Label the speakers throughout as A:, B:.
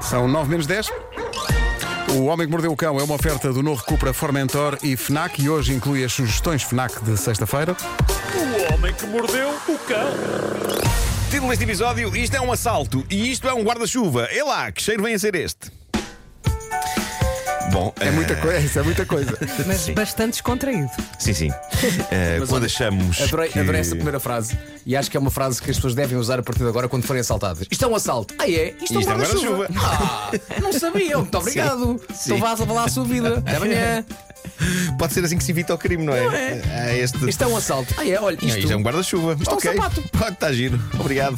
A: São 9 menos 10. O Homem que Mordeu o Cão é uma oferta do novo Cupra Formentor e FNAC e hoje inclui as sugestões FNAC de sexta-feira.
B: O homem que mordeu o cão.
C: Título deste episódio: Isto é um assalto e isto é um guarda-chuva. É lá, que cheiro vem a ser este? Bom, eh,
A: É muita coisa, isso é muita coisa.
D: Mas bastante descontraído.
C: Sim, sim. Eh, quando achamos.
E: Adorei,
C: que...
E: adorei essa primeira frase e acho que é uma frase que as pessoas devem usar a partir de agora quando forem assaltadas. Isto é um assalto. Ah, é? Isto,
C: Isto é um guarda-chuva.
E: Ah, não sabia. Muito obrigado.
C: sim.
E: Então vá lá a sua vida. Até amanhã.
C: Pode ser assim que se evita o crime, não é? Ah, este...
E: Isto é um assalto. Ah, é? Olha, isto,
C: Não, isto é um guarda-chuva.
E: é um
C: Ok.
E: sapato.
C: Pode estar giro. Obrigado.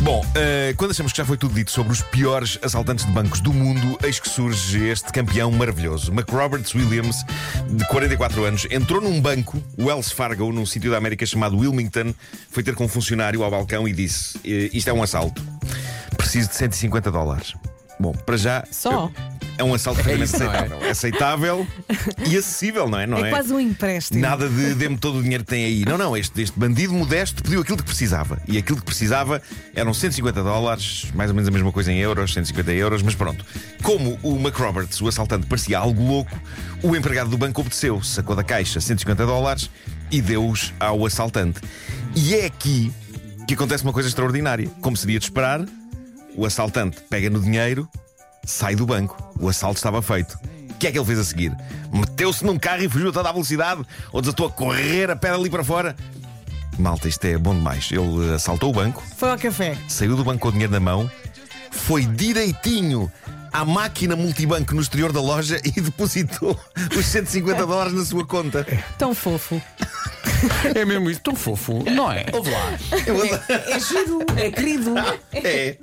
C: Bom, eh, quando achamos que já foi tudo dito sobre os piores assaltantes de bancos do mundo, eis que surge este campeão maravilhoso. McRoberts Williams, de 44 anos, entrou num banco, Wells Fargo, num sítio da América chamado Wilmington, foi ter com um funcionário ao balcão e disse: eh, Isto é um assalto. Preciso de 150 dólares. Bom, para já.
D: Só?
C: É um assalto perfeitamente
E: isso, não
C: aceitável.
E: é?
C: Aceitável e acessível, não é? Não
D: É quase um empréstimo.
C: Nada de dê-me todo o dinheiro que tem aí. Não, não, este, este bandido modesto pediu aquilo que precisava. E aquilo que precisava eram 150 dólares, mais ou menos a mesma coisa em euros, 150 euros, mas pronto. Como o McRoberts, o assaltante, parecia algo louco, o empregado do banco obedeceu, sacou da caixa 150 dólares e deu-os ao assaltante. E é aqui que acontece uma coisa extraordinária. Como seria de esperar, o assaltante pega no dinheiro, sai do banco. O assalto estava feito. O que é que ele fez a seguir? Meteu-se num carro e fugiu a toda a velocidade? Ou desatou a correr a pedra ali para fora? Malta, isto é bom demais. Ele assaltou o banco,
D: Foi ao café.
C: saiu do banco com o dinheiro na mão, foi direitinho à máquina multibanco no exterior da loja e depositou os 150 dólares na sua conta.
D: Tão fofo.
A: É mesmo isso, tão fofo, não é?
E: Ouve lá.
D: É giro, é querido.
C: É.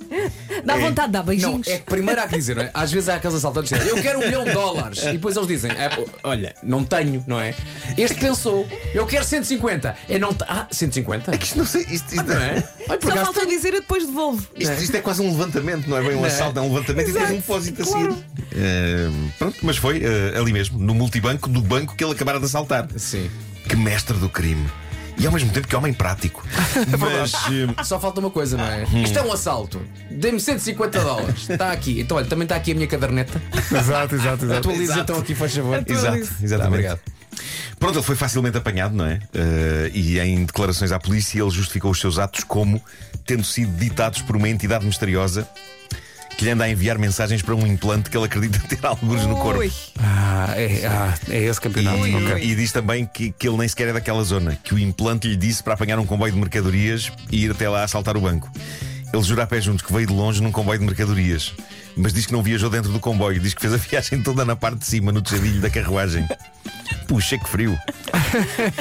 D: Dá vontade de dar
E: Não,
D: beijinhos.
E: é que primeiro há que dizer, não é? Às vezes há aqueles assaltantes que dizem, eu quero um milhão de dólares. E depois eles dizem, "Ah, pô, olha, não tenho, não é? Este pensou, eu quero 150. Eu não te- Ah, 150?
C: Isto não sei. Isto, isto-
E: Não é? Olha, por
D: Só
E: acaso
D: falta dizer eu depois devolvo.
C: Isto, isto é quase um levantamento, não é bem um assalto, é um levantamento e depois um depósito a
D: claro.
C: seguir. Eh, pronto, mas foi eh, ali mesmo, no multibanco do banco que ele acabara de assaltar.
E: Sim.
C: Que mestre do crime. E ao mesmo tempo que homem prático. mas. eh,
E: Ah, Só falta uma coisa, não é?
C: Hum.
E: Isto é um assalto. Dê-me 150 dólares. Está aqui. Então, olha, também está aqui a minha caderneta. Ah,
A: Exato, exato, exato.
E: Atualiza então aqui, faz favor.
C: eh, Exato, exatamente.
E: Tá, obrigado.
C: Pronto, ele foi facilmente apanhado, não é? Eh, e em declarações à polícia, ele justificou os seus atos como tendo sido ditados por uma entidade misteriosa que lhe anda a enviar mensagens para um implante que ele acredita ter alguns no corpo.
D: Ui,
A: Ah, é, ah, é esse campeonato.
C: E,
A: ok.
C: e diz também que, que ele nem sequer é daquela zona, que o implante lhe disse para apanhar um comboio de mercadorias e ir até lá assaltar o banco. Ele jura a pé juntos que veio de longe num comboio de mercadorias, mas diz que não viajou dentro do comboio, diz que fez a viagem toda na parte de cima, no tejadilho da carruagem. Puxa, que frio!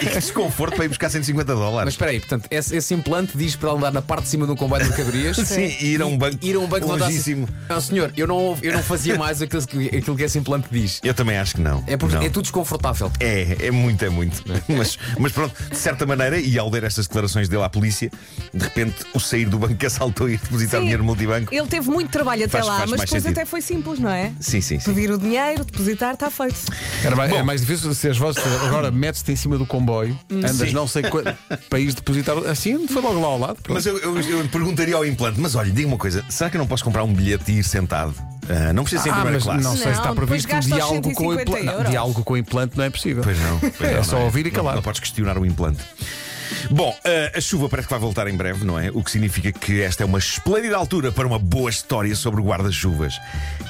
C: E que desconforto para ir buscar 150
E: Mas
C: dólares.
E: espera aí, portanto, esse, esse implante diz para andar na parte de cima de um comboio de mercadorias.
C: Sim, e ir a um banco.
E: Ir a um banco de
C: longíssimo.
E: Não, senhor, eu não, eu não fazia mais aquilo que, aquilo que esse implante diz.
C: Eu também acho que não.
E: É, porque,
C: não.
E: é tudo desconfortável.
C: É, é muito, é muito. Mas, mas pronto, de certa maneira, e ao ler estas declarações dele à polícia, de repente o sair do banco que assaltou e depositar
D: Sim.
C: dinheiro no multibanco.
D: ele teve muito trabalho até
C: Faz-
D: lá,
C: faz
D: mas
C: mais
D: depois
C: sentido.
D: até foi simples, não é?
C: Sim, sim, sim.
D: Pedir o dinheiro, depositar, está feito.
A: Era mais, é mais difícil se as vozes agora metes-te em cima do comboio, andas não sei quanto país depositar assim, foi logo lá ao lado. pronto.
C: Mas eu, eu- eu perguntaria ao implante, mas olha, diga uma coisa, será que eu não posso comprar um bilhete e ir sentado? Ah, não precisa ser em
A: ah,
C: primeira
A: mas
C: classe.
A: não sei se está
D: Não, depois
A: previsto um
D: gasta os
A: diálogo com o
D: 150
A: implante. Não,
D: euros.
A: diálogo com o implante não é possível.
C: Pois não. pois
A: É
C: não,
A: só
C: não
A: ouvir e
C: Não-
A: calar.
C: Não, podes questionar o implante. Bom, eh, a chuva parece que vai voltar em breve, não é? O que significa que esta é uma esplêndida altura para uma boa história sobre guarda-chuvas.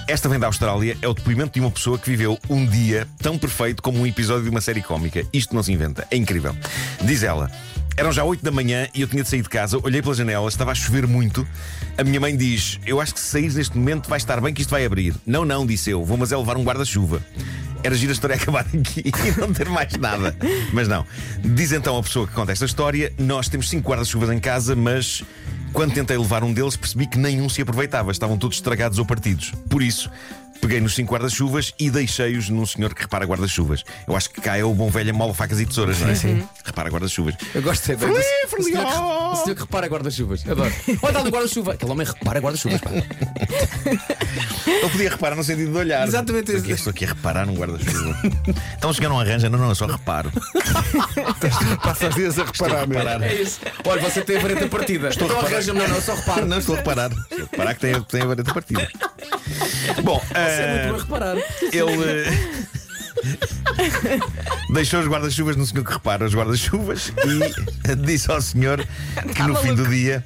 C: Esta vem da Austrália, é o depoimento de uma pessoa que viveu um dia tão perfeito como um episódio de uma série cómica. Isto não se inventa, é incrível. Diz ela. Eram já 8 da manhã e eu tinha de sair de casa, olhei pela janela, estava a chover muito. A minha mãe diz: Eu acho que se sair neste momento vai estar bem que isto vai abrir. Não, não, disse eu, vou mas é levar um guarda-chuva. Era giro a história acabar aqui e não ter mais nada. Mas não. Diz então a pessoa que conta esta história: nós temos cinco guarda-chuvas em casa, mas quando tentei levar um deles percebi que nenhum se aproveitava, estavam todos estragados ou partidos. Por isso, peguei nos cinco guarda-chuvas e deixei-os num senhor que repara guarda-chuvas. Eu acho que cá é o bom velho mola facas e tesouras, não é? Sim. Repara guarda-chuvas.
E: Eu gosto é do- do- do senhor que-
C: oh.
E: do senhor que repara guarda-chuvas. Adoro. Olha, está no guarda-chuva. Aquele homem repara guarda-chuvas. pá.
C: Ele podia reparar no sentido de olhar.
E: Exatamente.
C: Estou aqui, estou aqui a reparar num guarda-chuva. então, se eu não arranja, não, não, eu só reparo.
A: Passas dias a
C: Estou a
A: reparar, meu.
C: reparar.
E: É isso. Olha, você tem a vareta partida. Estou
C: a
E: então
C: reparar.
E: arranja-me, não, não, só repara.
C: Não, estou a reparar. Estou a reparar que tem, tem a vareta partida. Bom,
E: É
C: ah,
E: muito bom reparar.
C: ele. eh, Deixou os guarda-chuvas no senhor que repara os guarda-chuvas e disse ao senhor que no fim do dia,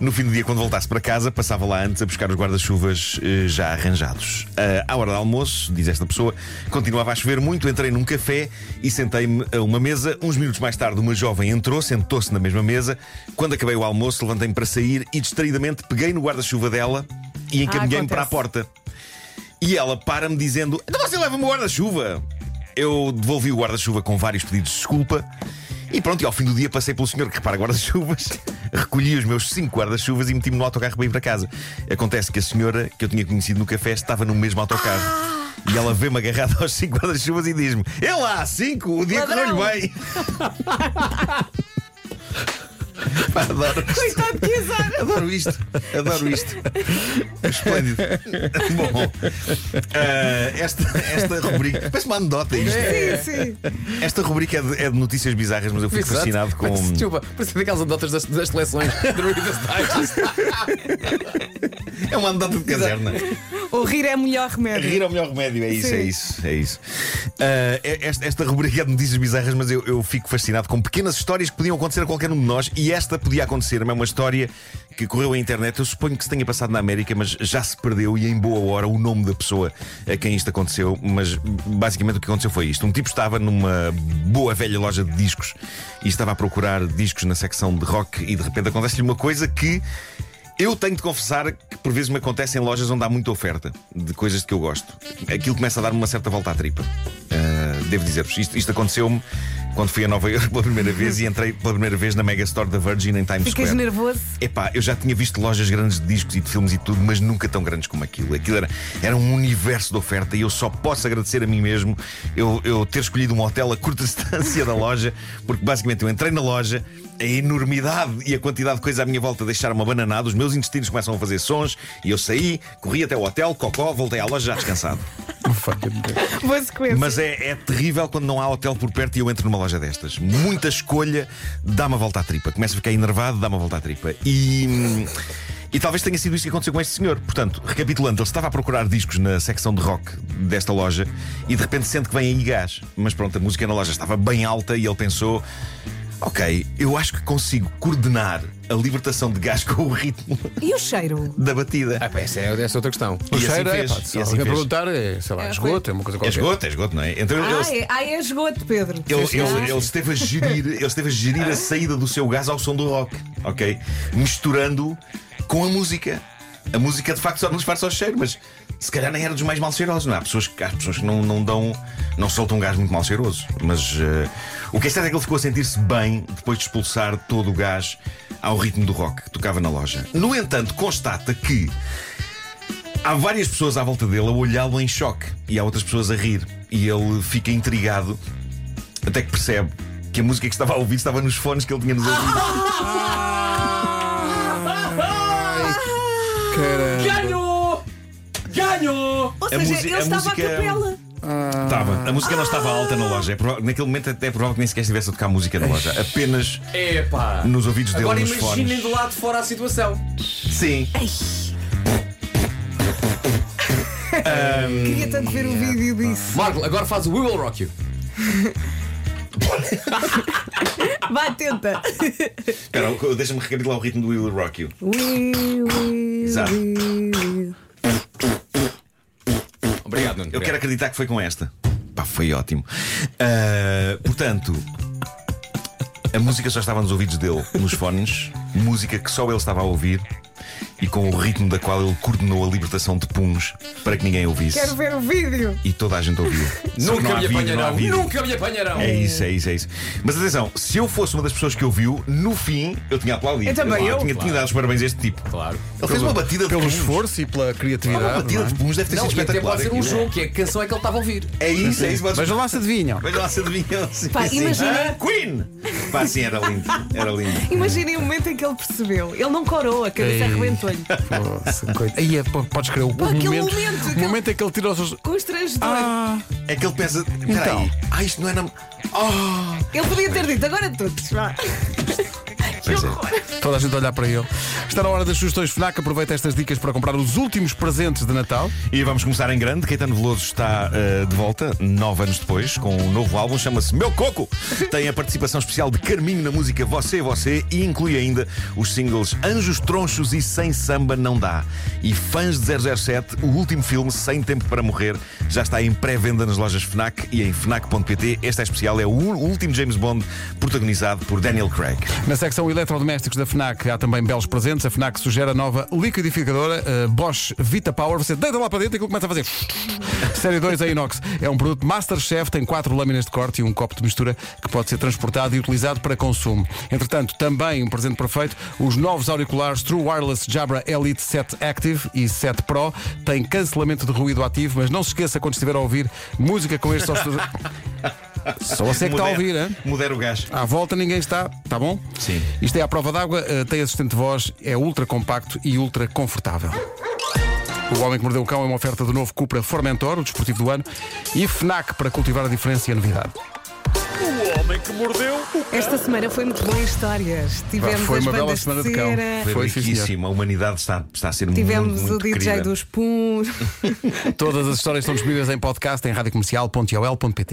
C: no fim do dia, quando voltasse para casa, passava lá antes a buscar os guarda-chuvas eh, já arranjados. Ah, à hora do almoço, diz esta pessoa, continuava a chover muito, entrei num café e sentei-me a uma mesa. Uns minutos mais tarde, uma jovem entrou, sentou-se na mesma mesa. Quando acabei o almoço, levantei-me para sair e distraidamente peguei no guarda-chuva dela e encaminhei-me para a
D: acontece.
C: porta. E ela para-me dizendo: Então você leva-me o guarda-chuva. Eu devolvi o guarda-chuva com vários pedidos de desculpa. E pronto, e ao fim do dia passei pelo senhor que repara guarda-chuvas, recolhi os meus cinco guarda-chuvas e meti-me no autocarro para ir para casa. Acontece que a senhora que eu tinha conhecido no café estava no mesmo autocarro. E ela vê-me agarrado aos cinco guarda-chuvas e diz-me: É lá, cinco, o dia
D: Ladrão.
C: correu-lhe bem. Pá, adoro,
D: Coitado que azar.
C: adoro isto, adoro isto. É Esplêndido. Bom, eh, esta, esta rubrica. Parece uma anedota isto.
D: Sim, sim.
C: Esta rubrica é de, é de notícias bizarras, mas eu fico fascinado com. um-
E: Parece, desculpa, parece daquelas adotas das, das seleções do Reader's Digest.
C: É uma anedota de caserna.
D: O rir é o melhor remédio.
C: Rir é o melhor remédio, é isso,
D: Sim.
C: é isso, é isso. Ah, é- esta, esta rubrica é de notícias bizarras, mas eu, eu fico fascinado com pequenas histórias que podiam acontecer a qualquer um de nós e esta podia acontecer, mas é uma história que correu na internet. Eu suponho que se tenha passado na América, mas já se perdeu e em boa hora o nome da pessoa a quem isto aconteceu. Mas basicamente o que aconteceu foi isto: um tipo estava numa boa velha loja de discos e estava a procurar discos na secção de rock e de repente acontece-lhe uma coisa que. Eu tenho de confessar que por vezes me acontece em lojas onde há muita oferta de coisas de que eu gosto. Aquilo começa a dar-me uma certa volta à tripa. Ah, devo dizer-vos, isto, isto aconteceu-me quando fui a Nova Iorque pela primeira vez e entrei pela primeira vez na Mega Store da Virgin em Times
D: Ficas
C: Square.
D: nervoso.
C: Epá, eu já tinha visto lojas grandes de discos e de filmes e tudo, mas nunca tão grandes como aquilo. Aquilo era, era um universo de oferta e eu só posso agradecer a mim mesmo eu, eu ter escolhido um hotel a curta distância da loja, porque basicamente eu entrei na loja, a enormidade e a quantidade de coisa à minha volta deixaram-me abananado, os meus intestinos começam a fazer sons e eu saí, corri até o hotel, cocó, voltei à loja já descansado.
D: Boa sequência.
C: Mas é, é terrível quando não há hotel por perto e eu entro numa loja destas. Muita escolha dá-me a volta à tripa. Começo a ficar enervado, dá-me a volta à tripa. E. hum, E talvez tenha sido isso que aconteceu com este senhor. Portanto, recapitulando, ele estava a procurar discos na secção de rock desta loja e de repente sente que vem aí gás. Mas pronto, a música na loja estava bem alta e ele pensou: Ok, eu acho que consigo coordenar a libertação de gás com o ritmo
D: E o cheiro?
C: da batida.
E: Ah, pá, essa é, essa é outra questão.
C: E
A: O
C: assim
A: cheiro é,
C: fez,
A: pá, se
C: e assim
A: alguém
C: fez.
A: perguntar, é, sei lá,
D: É,
A: esgoto, é uma coisa
C: É
A: qualquer.
C: esgoto, é esgoto, não é? Então ele-
D: Ah, é, ah, é esgoto, Pedro. Ah.
C: Ele,
D: Sim,
C: ele-
D: sim.
C: ele esteve a gerir, ele esteve a gerir a saída do seu gás ao som do rock, ok? Misturando com a música. A música de facto só nos faz só cheiro, mas se calhar nem era dos mais mal cheirosos, não é? Há pessoas que, há pessoas que não, não dão, não soltam gás muito mal cheiroso. Mas eh, o que é certo é que ele ficou a sentir-se bem depois de expulsar todo o gás ao ritmo do rock que tocava na loja. No entanto, constata que Há várias pessoas à volta dele a olhá-lo em choque e há outras pessoas a rir. E ele fica intrigado até que percebe que a música que estava a ouvir estava nos fones que ele tinha nos ouvidos.
A: Caramba.
E: Ganhou! Ganhou!
D: Ou
C: a
D: seja,
C: musi-
D: ele
C: a
D: estava
C: música- é um
D: à capela.
C: Estava. A música não estava alta na loja. É prova- Naquele momento até é provável que nem sequer estivesse a tocar música na loja. Apenas
E: Epá!
C: nos ouvidos dele,
E: Agora
C: nos
E: imaginem
C: fones.
E: do lado de fora a situação.
C: Sim.
D: Queria tanto ver o vídeo disso.
E: Marco, agora faz o We Will Rock You.
D: Vá, tenta.
C: Espera, eu- deixa-me recapitular o ritmo do Will Rock You.
D: Ui, ui,
C: Exato.
D: ui.
E: Obrigado, Nuno.
C: Eu quero acreditar que foi com esta. Pá, foi ótimo. Ah, portanto, a música só estava nos ouvidos dele, nos fones, música que só ele estava a ouvir e com o ritmo da qual ele coordenou a libertação de puns para que ninguém ouvisse.
D: Quero ver o vídeo.
C: E toda a gente ouviu. Só que
E: Nunca
C: não há
E: me
C: vídeo, não há
E: apanharão!
C: vídeo.
E: Nunca me apanharão!
C: É isso, é isso, é isso. Mas atenção, se eu fosse uma das pessoas que ouviu, no fim eu tinha aplaudido.
D: Eu também, eu.
C: tinha, tinha dado os parabéns a este tipo.
E: Claro.
C: Ele fez uma batida de
A: Pelo
C: puns.
A: esforço e pela criatividade.
C: Uma batida
A: não é?
C: de puns deve ter
E: Não,
C: sido
E: e até
C: espetacular.
E: pode ser um
C: aquilo.
E: jogo, que é a canção é que ele estava a ouvir.
C: É isso, é isso. mas-
A: Veja lá se adivinham.
C: Veja lá se adivinham. Sim,
D: Pá,
C: sim.
D: imagina-
C: Ah, Queen! Pá, sim, era lindo. Era lindo.
D: Imaginem o momento em que ele percebeu. Ele não corou, a
A: Ei.
D: cabeça arrebentou-lhe.
A: Nossa, coisa. Aí é, pô, podes crer o
D: aquele
A: momento.
D: momento,
A: o
D: aquele-
A: momento é que ele tirou os.
D: Constrangedor.
A: Ah,
C: É que ele pensa. Peraí.
A: Então.
C: Ah, isto não é na. Oh!
D: Ele podia ter dito, agora todos. Vá.
C: Pois é.
A: Toda a gente a olhar para ele. Está na hora das sugestões FNAC. Aproveita estas dicas para comprar os últimos presentes de Natal.
C: E vamos começar em grande. Caetano Veloso está eh, de volta, nove anos depois, com um novo álbum, chama-se Meu Coco. Tem a participação especial de Carminho na música Você, Você e inclui ainda os singles Anjos Tronchos e Sem Samba Não Dá. E fãs de 007, o último filme, Sem Tempo para Morrer, já está em pré-venda nas lojas Fnac e em Fnac.pt. Este é especial, é o ú- último James Bond protagonizado por Daniel Craig.
A: Na secção eletrodomésticos da FNAC há também belos presentes. A FNAC sugere a nova liquidificadora eh, Bosch Vita Power. Você deita lá para dentro e aquilo começa a fazer. Série 2 é inox. É um produto Masterchef, tem quatro lâminas de corte e um copo de mistura que pode ser transportado e utilizado para consumo. Entretanto, também um presente perfeito, os novos auriculares True Wireless Jabra Elite 7 Active e 7 Pro têm cancelamento de ruído ativo, mas não se esqueça quando estiver a ouvir música com estes... aos- Só você é que está a
C: Mudar-
A: ouvir, hein?
C: Mudar o gás.
A: À volta ninguém está, está bom?
C: Sim.
A: Isto é à prova d'água, eh, tem assistente de voz, é ultra compacto e ultra confortável. O Homem que Mordeu o Cão é uma oferta do novo Cupra Formentor, o desportivo do ano, e FNAC para cultivar a diferença e a novidade.
B: O homem que mordeu o cão.
D: Esta semana foi muito boa em histórias. Tivemos
A: foi
D: as
A: uma bela
D: bandas
A: semana de
D: de
A: cão.
D: cera,
C: Foi,
A: Foi, sim, senhor.
C: riquíssimo. A humanidade está, está a ser muito,
D: tivemos
C: muito
D: o DJ
C: querida.
D: dos Puns.
A: Todas as histórias estão disponíveis em podcast em radiocomercial.ol.pt